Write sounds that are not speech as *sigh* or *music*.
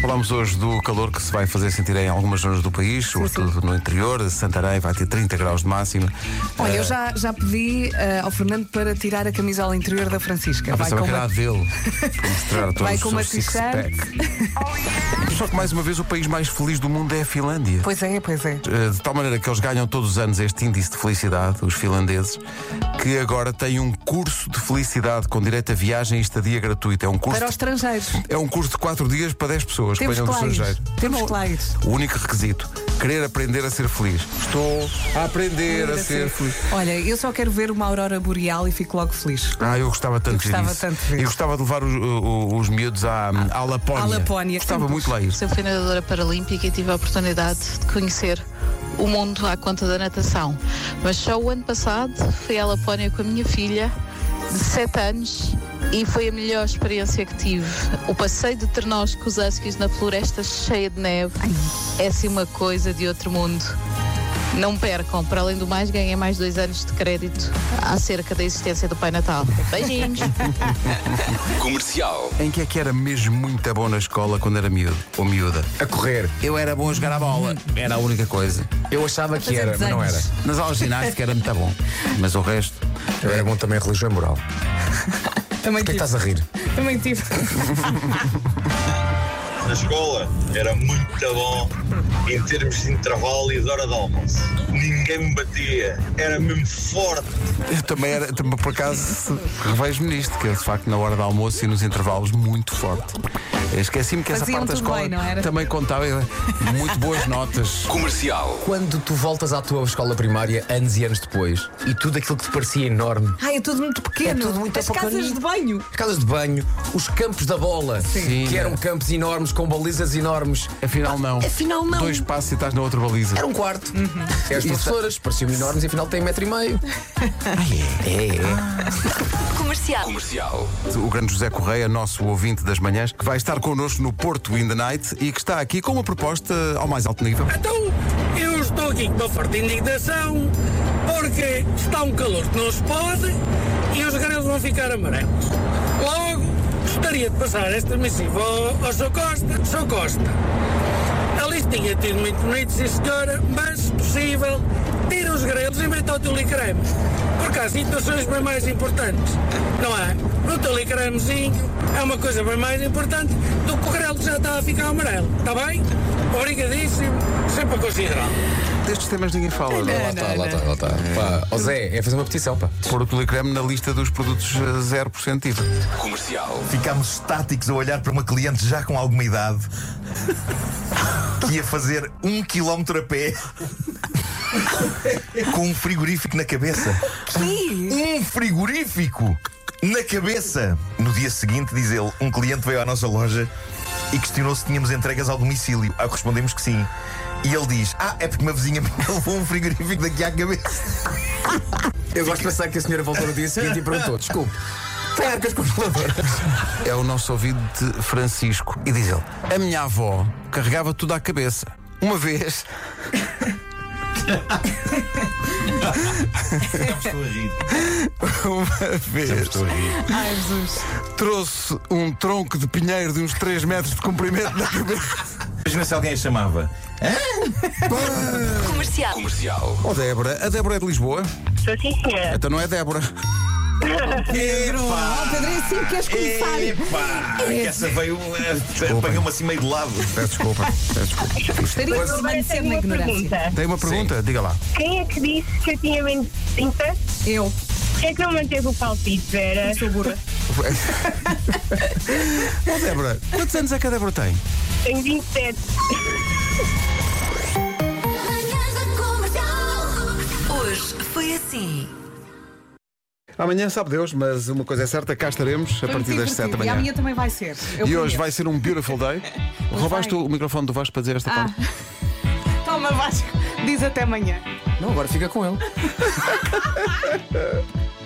Falamos hoje do calor que se vai fazer sentir em algumas zonas do país, sobretudo no interior. Santarém vai ter 30 graus de máximo. Olha, eu já, já pedi eh, ao Fernando para tirar a camisola interior da Francisca. Ah, Eu Vai pensava com que era a uma, *laughs* dele. Para mostrar a todos vai com o uma seu t-shirt. six-pack. Só que, mais uma vez, o país mais feliz do mundo é a Finlândia. Pois é, pois é. Eh, de tal maneira que eles ganham todos os anos este índice de felicidade, os finlandeses, que agora têm um curso de felicidade com direito a viagem e estadia gratuita. É um curso, Para os de, estrangeiros. é um curso de 4 dias para 10 pessoas que Temos é venham um do claros. estrangeiro. Temos claros. O único requisito, querer aprender a ser feliz. Estou a aprender a ser feliz. Olha, eu só quero ver uma aurora boreal e fico logo feliz. Ah, eu gostava tanto de ver Gostava isso. tanto de ver. Eu gostava de levar os, o- os miúdos à, à Lapónia. À Lapónia, Gostava simples. muito lá ir. Sou fui nadadora paralímpica e tive a oportunidade de conhecer o mundo à conta da natação. Mas só o ano passado fui à Lapónia com a minha filha, de 7 anos, e foi a melhor experiência que tive. O passeio de ternós com os huskies na floresta cheia de neve é assim uma coisa de outro mundo. Não percam, para além do mais, ganhei mais dois anos de crédito acerca da existência do Pai Natal. Beijinhos! Comercial. Em que é que era mesmo muito bom na escola quando era miúdo ou miúda? A correr. Eu era bom a jogar a bola. Era a única coisa. Eu achava que fazer era, mas não era. desenhos. Nas aulas de ginástica era muito bom. Mas o resto. Eu era bom também em religião e moral. Também Porquê é tive. que estás a rir? Também tive. na escola era muito bom em termos de intervalo e de hora de almoço. Ninguém me batia, era mesmo forte. Eu também era, também, por acaso, se- revejo-me nisto, que é de facto na hora do almoço e nos intervalos muito forte. Eu Esqueci-me que essa Faziam parte da tudo escola bem, não era? também contava eu- muito boas notas. Comercial. Quando tu voltas à tua escola primária, anos e anos depois, e tudo aquilo que te parecia enorme, Ai, é tudo muito pequeno. É tudo muito As casas apocalinho. de banho. as casas de banho, os campos da bola, Sim. que eram campos enormes, com balizas enormes, Afinal, não. Afinal, não. Dois passos e estás na outra baliza. era um quarto. E as professoras pareciam enormes e afinal têm metro e meio. é, é. Comercial. Comercial. o grande José Correia, nosso ouvinte das manhãs, que vai estar connosco no Porto in the Night e que está aqui com uma proposta ao mais alto nível. Então, eu estou aqui com uma forte indignação porque está um calor que não se pode e os grãos vão ficar amarelos. Logo, gostaria de passar esta missiva ao, ao Sr. Costa. Sr. Costa, a listinha tinha muito bonito, sim senhora, mas se possível, tira os grelos e mete ao tulicreme. Porque há situações bem mais importantes, não é? O tulicremezinho é uma coisa bem mais importante do que o grelo que já está a ficar amarelo, está bem? Obrigadíssimo, sempre a considerar. Destes temas ninguém fala. Ah, Lá está, lá está, lá está. Pá, ó Zé, é fazer uma petição, pá. Pôr o Tulicreme na lista dos produtos eh, 0% IVA. Comercial. Ficámos estáticos a olhar para uma cliente já com alguma idade que ia fazer um quilómetro a pé com um frigorífico na cabeça. Um frigorífico na cabeça! No dia seguinte, diz ele, um cliente veio à nossa loja e questionou se tínhamos entregas ao domicílio. Ao que respondemos que sim. E ele diz: Ah, é porque uma vizinha minha *laughs* levou um frigorífico daqui à cabeça. Eu gosto de pensar que a senhora voltou *laughs* no dia seguinte e perguntou: desculpe, tem arcas congeladoras? É o nosso ouvinte Francisco. E diz ele: A minha avó carregava tudo à cabeça. Uma vez. Estou a rir. Uma vez. Estou a rir. Ai, Jesus. Trouxe um tronco de pinheiro de uns 3 metros de comprimento na cabeça. Imagina se alguém a chamava. Comercial. Comercial. Oh, Débora. A Débora é de Lisboa? Sou sim, senhor. Então não é Débora. Oh, Pedro, é assim que queres começar. É, Epá! Essa veio. Apanhou-me assim meio de lado. Peço desculpa. Peço desculpa. Gostaria de Agora permanecer tenho na uma ignorância. pergunta. Tem uma pergunta? Diga lá. Quem é que disse que eu tinha mentinta? Eu. Quem é que não manteve o palpite, Vera? Sou burra. Ó Débora, quantos anos é que a Débora tem? Tenho 27. Manhãs da Comercial. Hoje foi assim. Amanhã sabe Deus, mas uma coisa é certa, cá estaremos a partir das 7 da E a manhã. minha também vai ser. Eu E hoje prometo. vai ser um beautiful day. Roubaste o microfone do Vasco para dizer esta Ah. parte. Toma, Vasco. Diz até amanhã. Não, agora fica com ele.